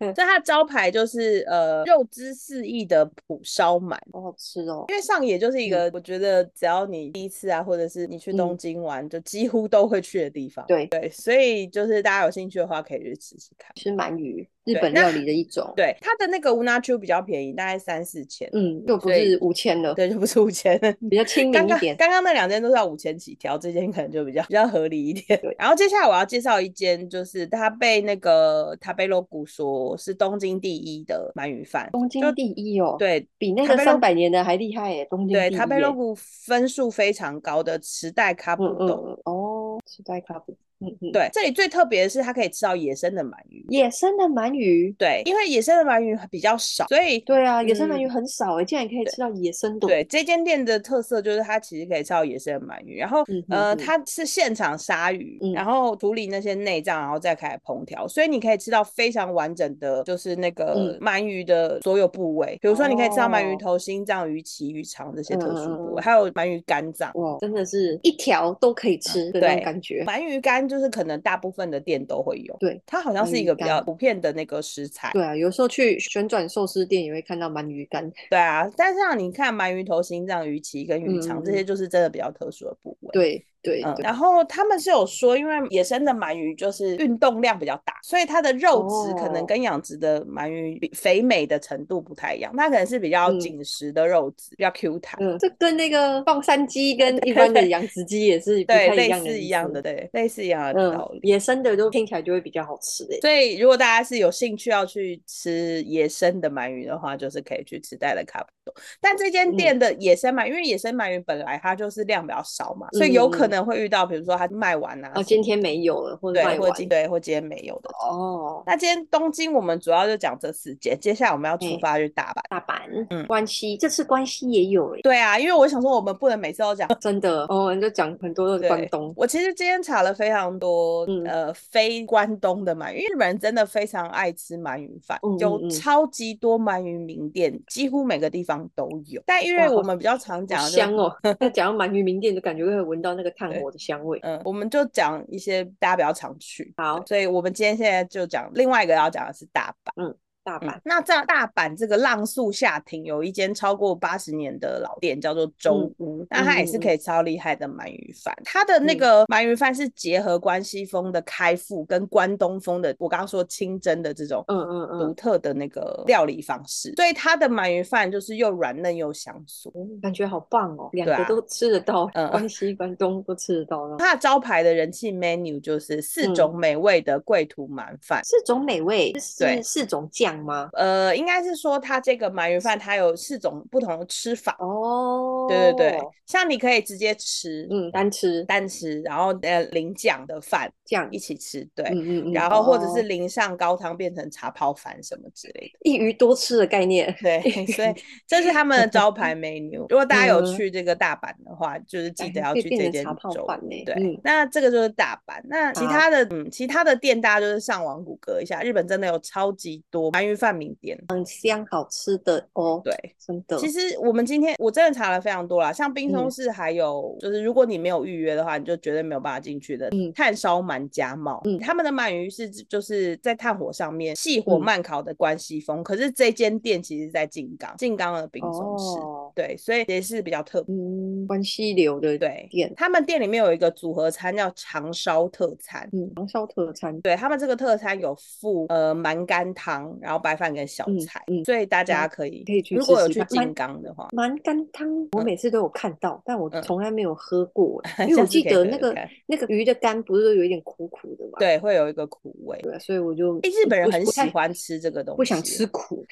所以它的招牌就是呃肉汁四溢的蒲烧鳗，
好好吃哦！
因为上野就是一个我觉得只要你第一次啊，或者是你去东
嗯
京玩，就几乎都会去的地方。
对
对，所以就是大家有兴趣的话，可以去吃吃看。
吃鳗鱼，日
对
本
那
料理的一种。
对，它的那个 u n a c h u 比较便宜，大概三四千，
嗯，又不
所以
是五千了，
对，就不是 五千。
比较亲
刚
民一
刚
点。
刚刚那两间都是要五千起跳，这间可能就比较比较合理一点。
对
然后接下来我要介绍一间，就是它被那个塔贝罗谷说是东京第一的鳗鱼饭，
东京第一哦，，
对
比那
塔
个
贝洛
三百年的还厉害耶！东京
对，
第一
塔贝
耶
罗谷分数非常高的池袋卡
嗯
布
嗯
斗。
嗯，哦，吃代咖啡，嗯嗯，
对，这里最特别的是它可以吃到野生的鳗鱼。
野生的鳗鱼，
对，因为野生的鳗鱼比较少，所以
对啊，野生鳗
嗯
鱼很少哎，竟然可以吃到野生的，
对，这间店的特色就是它其实可以吃到野生的鳗鱼，然后、
嗯哼
呃，
嗯
它是现场杀鱼，
嗯
然后处理那些内脏，然后再开始烹调，所以你可以吃到非常完整的，就是那个
嗯
鳗鱼的所有部位，比如说你可以吃到鳗鱼
哦
头、心脏、鱼鳍、鱼肠这些特殊部
嗯嗯嗯
位，还有鳗鱼肝脏。
哇，真的是嗯一条都可以吃的那
对
种感觉，
鳗鱼肝就是可能大部分的店都会有，
对，
它好像
鳗
是一
鱼
个比较
干
普遍的那个食材，
对啊，有时候去旋转寿司店也会看到鳗鱼干，
对啊。但是像你看鳗鱼头、心脏、鱼鳍跟鱼肠、这
嗯嗯
些，就是真的比较特殊的部位。
对对
嗯，
对，
然后他们是有说，因为野生的鳗鱼就是运动量比较大，所以它的肉质可能
哦
跟养殖的鳗鱼比肥美的程度不太一样，它可能是比较
嗯
紧实的肉质，比较 Q 弹，
嗯，这跟那个放山鸡跟一般的养殖鸡也是不
对，
太一
类
样的
似
意
一样
思
的，，对，类似一样的道
嗯，
理。
野生的就听起来就会比较好吃哎，
所以，如果大家是有兴趣要去吃野生的鳗鱼的话，就是可以去吃带的卡布多。但这间
嗯
店的野生鳗，因为野生鳗鱼本来它就是量比较少嘛，所以有
嗯
可
嗯嗯
能会遇到，比如说它卖完啊什
哦，
么，
今天没有了或者
对，
卖
或
完，
今对或今天没有的
哦，
那今天东京我们主要就讲这四间，接下来我们要出
嗯
发去大阪。
大阪、
嗯
关西，这次关西也有哎，
对啊，因为我想说我们不能每次都讲。
真的，哦，我们就讲很多都是关
对
东，
我其实今天查了非常多，
嗯
呃，非关东的鳗鱼，因为日本人真的非常爱吃鳗鱼饭，
嗯嗯
有
嗯
超级多鳗鱼名店，几乎每个地方都有。但因为
哇好
我们比较常
好
讲的就，
香 哦，那讲到鳗鱼名店，就感觉会闻到那个炭
对
火的香味，
嗯，我们就讲一些大家比较常去。
好，
所以我们今天现在就讲另外一个要讲的是大阪。
大阪
嗯，那在大阪这个浪速下町有一间超过八十年的老店，叫做周
嗯
屋，那它也是可以超厉害的鳗鱼饭。它的那
嗯
个鳗鱼饭是结合关西风的开腹跟关东风的，我刚刚说清蒸的这种
嗯嗯
独
嗯
特的那个料理方式，所以它的鳗鱼饭就是又软嫩又香酥。
嗯，感觉好棒哦，两
对啊
个都吃得到，
嗯
关西关东都吃得到呢。
它的招牌的人气 menu 就是四
嗯
种美味的贵土鳗饭。
四种美味
对
是四种酱吗？
呃，应该是说它这个鳗鱼饭，它有四种不同的吃法，
哦，
对对对，像你可以直接吃，
嗯，单吃
单吃，然后呃淋酱的饭
酱
一，起吃，对，
嗯嗯嗯，
然后或者是
哦
淋上高汤变成茶泡饭什么之类的，
一鱼多吃的概念，
对，所以这是他们的招牌 menu。如果大家有
嗯
去这个大阪的话，就是记得
哎
要
可以
去
变
这
成
间
茶泡
粥
饭呢
对，
嗯
那这个就是大阪。那其
好
他的，嗯，其他的店大家就是上网谷歌一下，日本真的有超级多鳗鱼饭名店，
很香好吃的哦，
对。
真的，
其实我们今天我真的查了非常多啦，像冰松
嗯
市还有、就是如果你没有预约的话，你就绝对没有办法进去的。
嗯
炭烧鳗家茂，
嗯
他们的鳗鱼是就是在炭火上面细火
嗯
慢烤的关西风，可是这间店其实在静冈，静冈的冰松市，
哦，
对，所以也是比较特别。
嗯，关西流的
对
店，
他们店里面有一个组合餐叫长烧特餐，
嗯，长烧特餐，
对他们这个特餐有附呃蛮干汤，然后白饭跟小
嗯
菜，
嗯
所以大家
蛮
可以
可以去
如果
试
有
试
去
看蛮
静冈的话，
蛮干汤，我每次都有看到，但我
嗯
从来没有喝过 欸，因
下
为我
次
记
可以
得
喝
那
喝
个
看
那个鱼的肝不是都有一点苦苦的嘛，
对，会有一个苦味。
对啊，所以我就
哎，日本人
不
很
不太
喜欢吃这个东西，
不想吃。苦，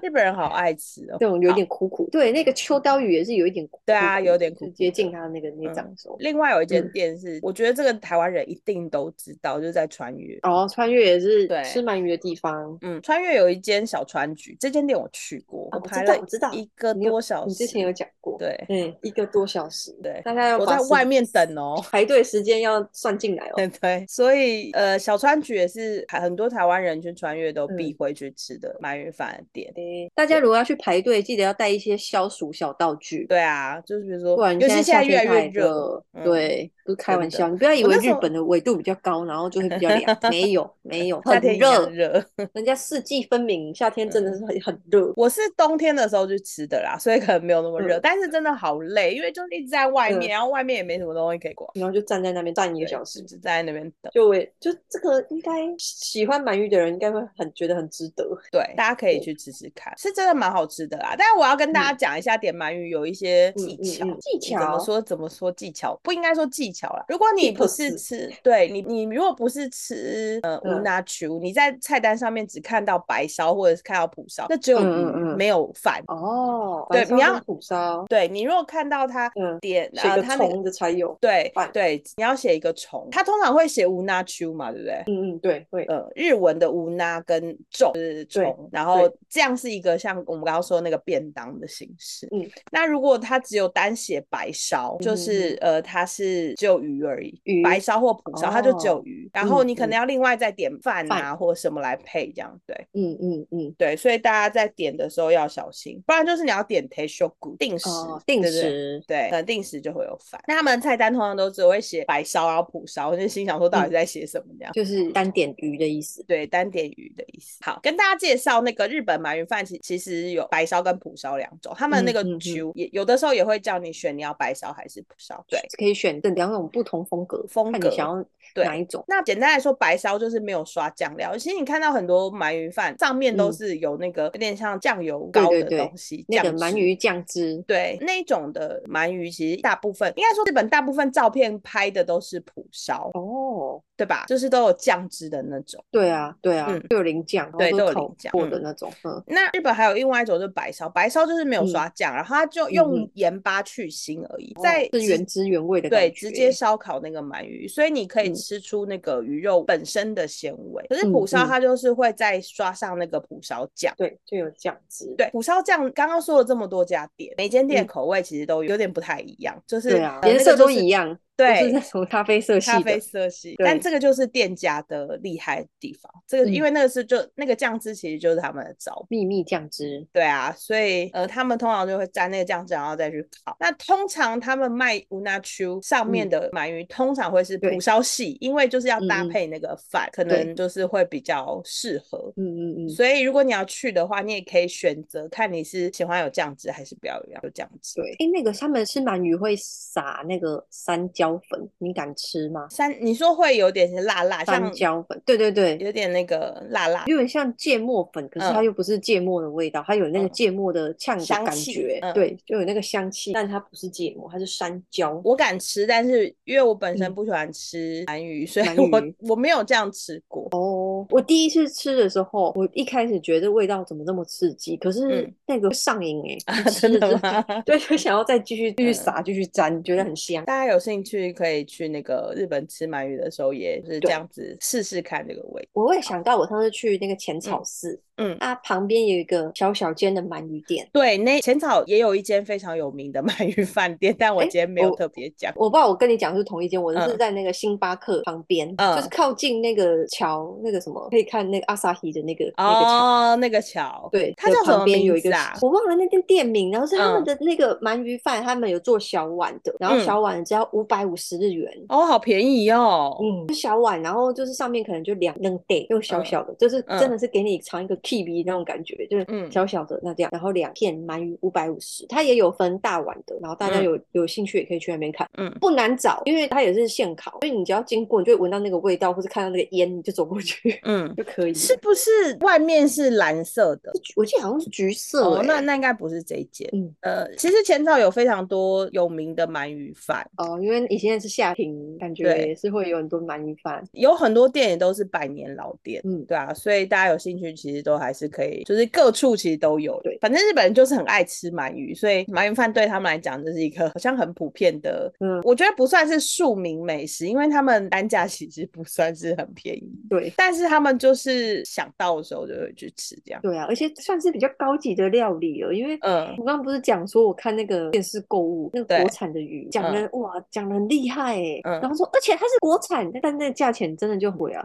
日本人好爱吃哦。
这种有点苦苦。对，那个秋刀鱼也是有一点苦苦
对
的，
啊有点苦
就
苦
接
的
近它那个内
嗯
脏的时候。
另外有一间
嗯
店是，我觉得这个台湾人一定都知道，就是在穿越。
哦，穿越也是
对
吃鳗鱼的地方。
嗯，穿越有一间小川局，这间店我去过，
啊我知
排
道
了
我知道
一个
你有
多小时。
你之前有讲过，
对，
嗯，一个多小时，
对
大家要
我
把
在
时
外面等哦。
排队时间要算进来哦。
对，所以呃，小川局也是很多台湾人去穿越都必
嗯
会去吃的鳗鱼饭的店。
诶大家如果要去排队，记得要带一些消暑小道具，
对啊，就是比如说
不然，
尤其现
夏
在越
天
来
太
越热
热，
嗯
对，不是开
真
玩
的
笑，你不要以
我
为
那时
日
候
本的纬度比较高，然后就会比较 凉，没有没有，
夏
很
天一样
热，
热。嗯
人家四季分明，夏天真的是很很热，
我是冬天的时候去吃的啦，所以可能没有那么热，
嗯
但是真的好累，因为就一直在外面，
嗯
然后外面也没什么东西可以逛，
然后就站在那边站一个小时
对，就在那边等。
就我也就这个应该喜欢鳗鱼的人应该会很觉得很值得。
对，大家可以
对
去吃吃看，是真的蛮好吃的啦。但是我要跟大家讲一下，点鳗鱼有一些
嗯嗯
技
嗯
巧，
嗯技
怎么
巧
说？怎么说技巧？不应该说技巧啦。如果你不
一
是
口
吃，对你你如果不是吃呃
嗯
无拿曲，你在菜单上面只看到白烧或者是看到蒲烧，那只有鱼
嗯嗯嗯
没有饭。
哦，
对
白烧
你要
跟土烧，
对你如果看到他
嗯
点
写
啊，
个
他那
虫
个
的才有。
对
饭
对，你要写一个虫，他通常会写无拿曲嘛，对不对？
嗯嗯，对对，
呃，日文的无拿跟重就是
对
虫，然后
对
这样是一个像我们刚刚说那个便当的形式。
嗯，
那如果它只有单写白烧，就是呃，它是只有鱼而已，
嗯鱼
白烧或蒲烧，它就只有
哦
鱼，然后
嗯
你可能
嗯
要另外再点饭啊
饭
或什么来配这样，对。
嗯嗯嗯，
对，所以大家在点的时候要小心，不然就是你要点 t e s h o g u 定时
哦，
定
对对
时
对，可能定时就会有饭。那他们菜单通常都只会写白烧，然后普烧，我就心想说到底在写什么这样。
就是单点鱼的意思。
对，单点鱼的意思。好，跟大家介绍那个日本鳗鱼饭，其其实有白烧跟普烧两种，他们
嗯
那个
嗯嗯
酒也有的时候也会叫你选你要白烧还是普烧。对，
可以选这两种不同风格，
风
看
格
你想要
对
哪一种。
那简单来说，白烧就是没有刷酱料。其实你看到很多鳗鱼饭上面都
嗯
是有那个有点像酱油
对
膏
对
的
对
东西，
那个
酱
鳗
汁
鱼酱汁，
对，那一种的鳗鱼，其实大部分应该说日本大部分照片拍的都是蒲烧，
哦，
对吧？就是都有酱汁的那种。
对啊对啊
嗯，
都有淋酱，然后
对都有
烤
淋酱
过的
嗯
那种，嗯，
那日本还有另外一种就是白烧，白烧就是没有
嗯
刷酱，然后它就
嗯
用
嗯
盐巴去腥而已，在
哦是
直
原汁原味的感
对
觉，
直接烧烤那个鳗鱼，所以你可以
嗯
吃出那个鱼肉本身的鲜味。可是
嗯
蒲烧
嗯
它就是会再刷上那个蒲烧酱。
对就有酱汁，
对，蒲烧酱刚刚说了这么多家店，每间店
嗯
的口味其实都有点不太一样，就是
对啊，
呃
颜
那个
色
就
都
是
一样，都
对，
是那种咖啡色系
咖
的
啡色系，但
对
这个就是店家的厉害的地方。这个
嗯
因为那个是就那个酱汁其实就是他们的招牌。
秘密酱汁，
对啊，所以呃，他们通常就会沾那个酱汁，然后再去烤。那通常他们卖乌纳丘上面
嗯
的鳗鱼，通常会是
对
蒲烧系，因为就是要搭
嗯嗯
配那个饭，可
对
能就是会比较适合。
嗯嗯嗯，
所以如果你要去的话，你也可以选择看你是喜欢有酱汁还是不要有酱汁。
对，哎，那个他们吃鳗鱼会撒那个山椒粉，你敢吃吗？
三，你说会有点辣辣，
山
像
椒粉，对对对，
有点那个辣辣
有点像芥末粉，可是它
嗯
又不是芥末的味道，它有那个
嗯
芥末的呛的
香
感
气
觉，
嗯
对，就有那个香气，但它不是芥末，它是山椒。
我敢吃，但是因为我本身
嗯
不喜欢吃鳗鱼，所以
鳗鱼
我我没有这样吃过。
哦，我第一次吃的时候，我一开始觉得味道怎么这么刺激，可是
嗯啊
那个上瘾哎、欸，吃 了
真的
之
吗嗯
后， 对，就想要再继续继续撒，继续沾，觉得很香。
大家有兴趣可以去那个日本吃鳗鱼的时候，也是这
对
样子试试看这个味。
我会想到我上次去那个浅草寺，
嗯
它旁边有一个小小间的鳗鱼店，
对，那浅草也有一间非常有名的 鳗鱼饭店，但我
哎
今天没有
我
特别讲。
我不知道我跟你讲的是同一间，我是
嗯
在那个星巴克旁边，
嗯
就是靠近那个桥，那个什么可以看那个阿萨希的那个、那个桥。
哦，那个桥，
对，
它
的
叫什么
旁边有
名
一个
字啊？
我忘了那店店名，然后是他
嗯
们的那个鳗鱼饭，他们有做小碗的，然后
嗯
小碗只要五百五十日元，
哦，好便宜哦。
嗯，就小碗，然后就是上面可能就两两袋，又小
嗯
小的，就是
嗯
真的是给你尝一个 kiwi 那种感觉，就
嗯
是小小的那这样，然后两片鳗鱼五百五十，它也有分大碗的，然后大家
嗯
有有兴趣也可以去那边看，
嗯
不难找，因为它也是现烤，所以你只要经过，你就会闻到那个味道，或是看到那个烟，你就走过去
嗯，
就可以了。
是不是外面是蓝色的？
我记得好像是橘色、欸，
哦，那那应该不是这一间。
嗯
呃，其实浅草有非常多有名的鳗鱼饭，
哦，因为以前是夏平，感觉
对
也是会有很多鳗鱼饭，
有很多店也都是百年老店，
嗯，
对啊，所以大家有兴趣其实都还是可以，就是各处其实都有。
对
反正日本人就是很爱吃鳗鱼，所以鳗鱼饭对他们来讲就是一个好像很普遍的，
嗯
我觉得不算是庶民美食，因为他们单价其实不算是很便宜，
对。
但是他们就是想到的时候就会去吃这样。
对啊，而且算是比较高级的料理了，因为
嗯，
我刚刚不是讲说，我看那个电视购物，那个
对
国产的鱼，讲的、哇，讲的很厉害哎、
嗯
然后说，而且它是国产，但但那个价钱真的就很贵啊，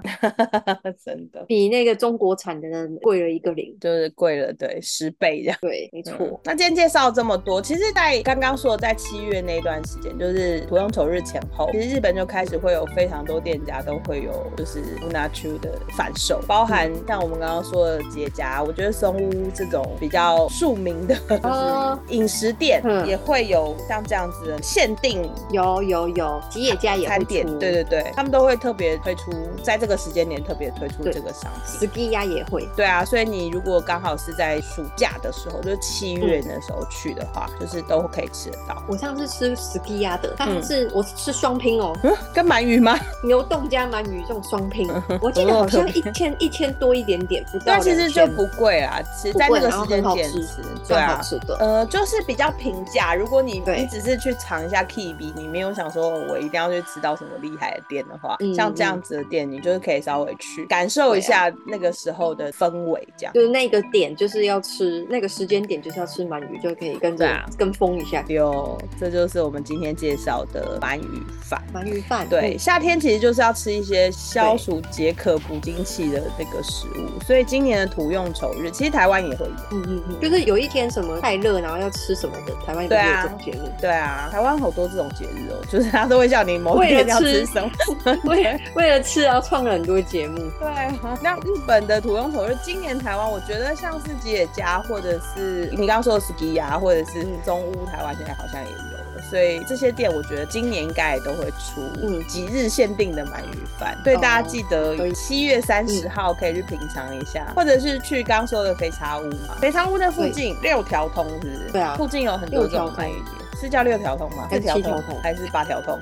真的
比那个中国产的呢贵了一个零。
就是贵了，对，十倍这样。
对，没
啊
错，
那今天介绍这么多，其实，在刚刚说的，在七月那一段时间，就是土用丑日前后，其实日本就开始会有非常多店家都会有就是 u n a c h u 的贩售，包
嗯
含像我们刚刚说的结痂，我觉得松屋这种比较庶 民的
哦
饮食店
嗯
也会有像这样子的限定
有有有，
吉野家也会
餐点
出，
对对对，他们都会特别推出，在这个时间点特别推出
对
这个商品。
s k 鸭也会。
对啊，所以你如果刚好是在暑假的时候，就是七
嗯
月的时候去的话，就是都可以吃得到。
我上次吃 s k 鸭的，它是、我是双拼哦，
嗯，跟鳗鱼 吗？
牛冻加鳗鱼这种双拼，我记得好像一千一千多一点点，不到
哦但其实就
2000
不贵啦，其实在
不贵
那个
然后
时间
很好
点
吃
吃，对
算好
啊。
吃的。
呃，就是比较平价。如果你
对
你只是去尝一下 K B，你没有想说我一定要去吃到什么厉害的店的话，
嗯啊
像这样子的店，你就是可以稍微去感受一下那个时候的氛围，这样。
就是那个点，就是要吃那个时间点，就是要吃鳗鱼，就可以跟着、
对啊
跟风一下
有，这就是我们今天介绍的鳗鱼饭。
鳗鱼饭。哦
对，夏天其实就是要吃一些消暑解渴、补精气的那个食物，所以今年的土用丑日，其实台湾也会有。
嗯，嗯嗯嗯，就是有一天什么太热，然后要吃什么的，台湾有
对
没有
啊
这种节目？
对啊，台湾好多这种节日哦，就是他都会叫你某一
为
天
了
要
吃
吃什么。
为了为了吃，然后创了很多节 目。
对啊，那日本的土用丑日，今年台湾我觉得像是吉野家，或者是你刚刚说的 ski 呀，或者是中屋，台湾现在好像也有了。所以这些店，我觉得今年应该也都会出
嗯哦
几日限定的鳗鱼饭，所以大家记
可
得
以
七月三十号可以去品尝一下，或者是去刚说的肥茶屋嘛。肥茶屋那附近六条通是不是？
对啊
附近有很多这
六条
种
通
鳗鱼店，是叫六条通吗？
还是
六
七条通
还是八条通？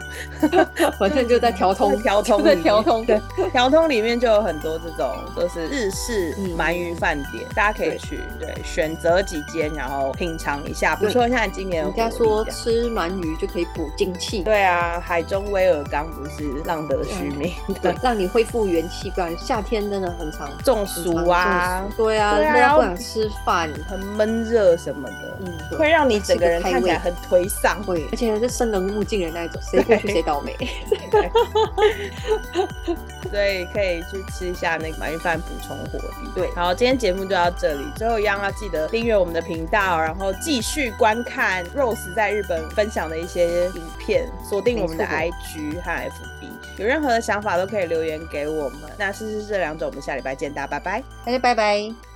反正就在调通，
调 通
就在
里面
调通。
对，条通里面就有很多这种，就是日式鳗鱼饭店，大家可以去对选择几间，然后品尝一下，不错。像今年有
人家
活力
说
这样
吃鳗鱼就可以补精气，
对啊，海中威尔刚不是浪得虚名，
对，让你恢复元气。不然夏天真的很长，
中
很
暑
常
啊
中暑，对啊，
对啊
热
然
到
后
不想吃饭。
很闷热什么的，
嗯，对
会让你整个人
吃个开
看起来
胃
很颓丧。
会，而且还是生人勿近的那一种，谁过去
对
谁倒霉。
所以可以去吃一下那个鳗鱼饭补充活力。
对
好，今天节目就到这里，最后一样要记得订阅我们的频道，然后继续观看 Rose 在日本分享的一些影片，锁定我们的
没
IG 和 FB，有任何的想法都可以留言给我们。那试试这两种，我们下礼拜见，大家拜拜。
大家拜拜。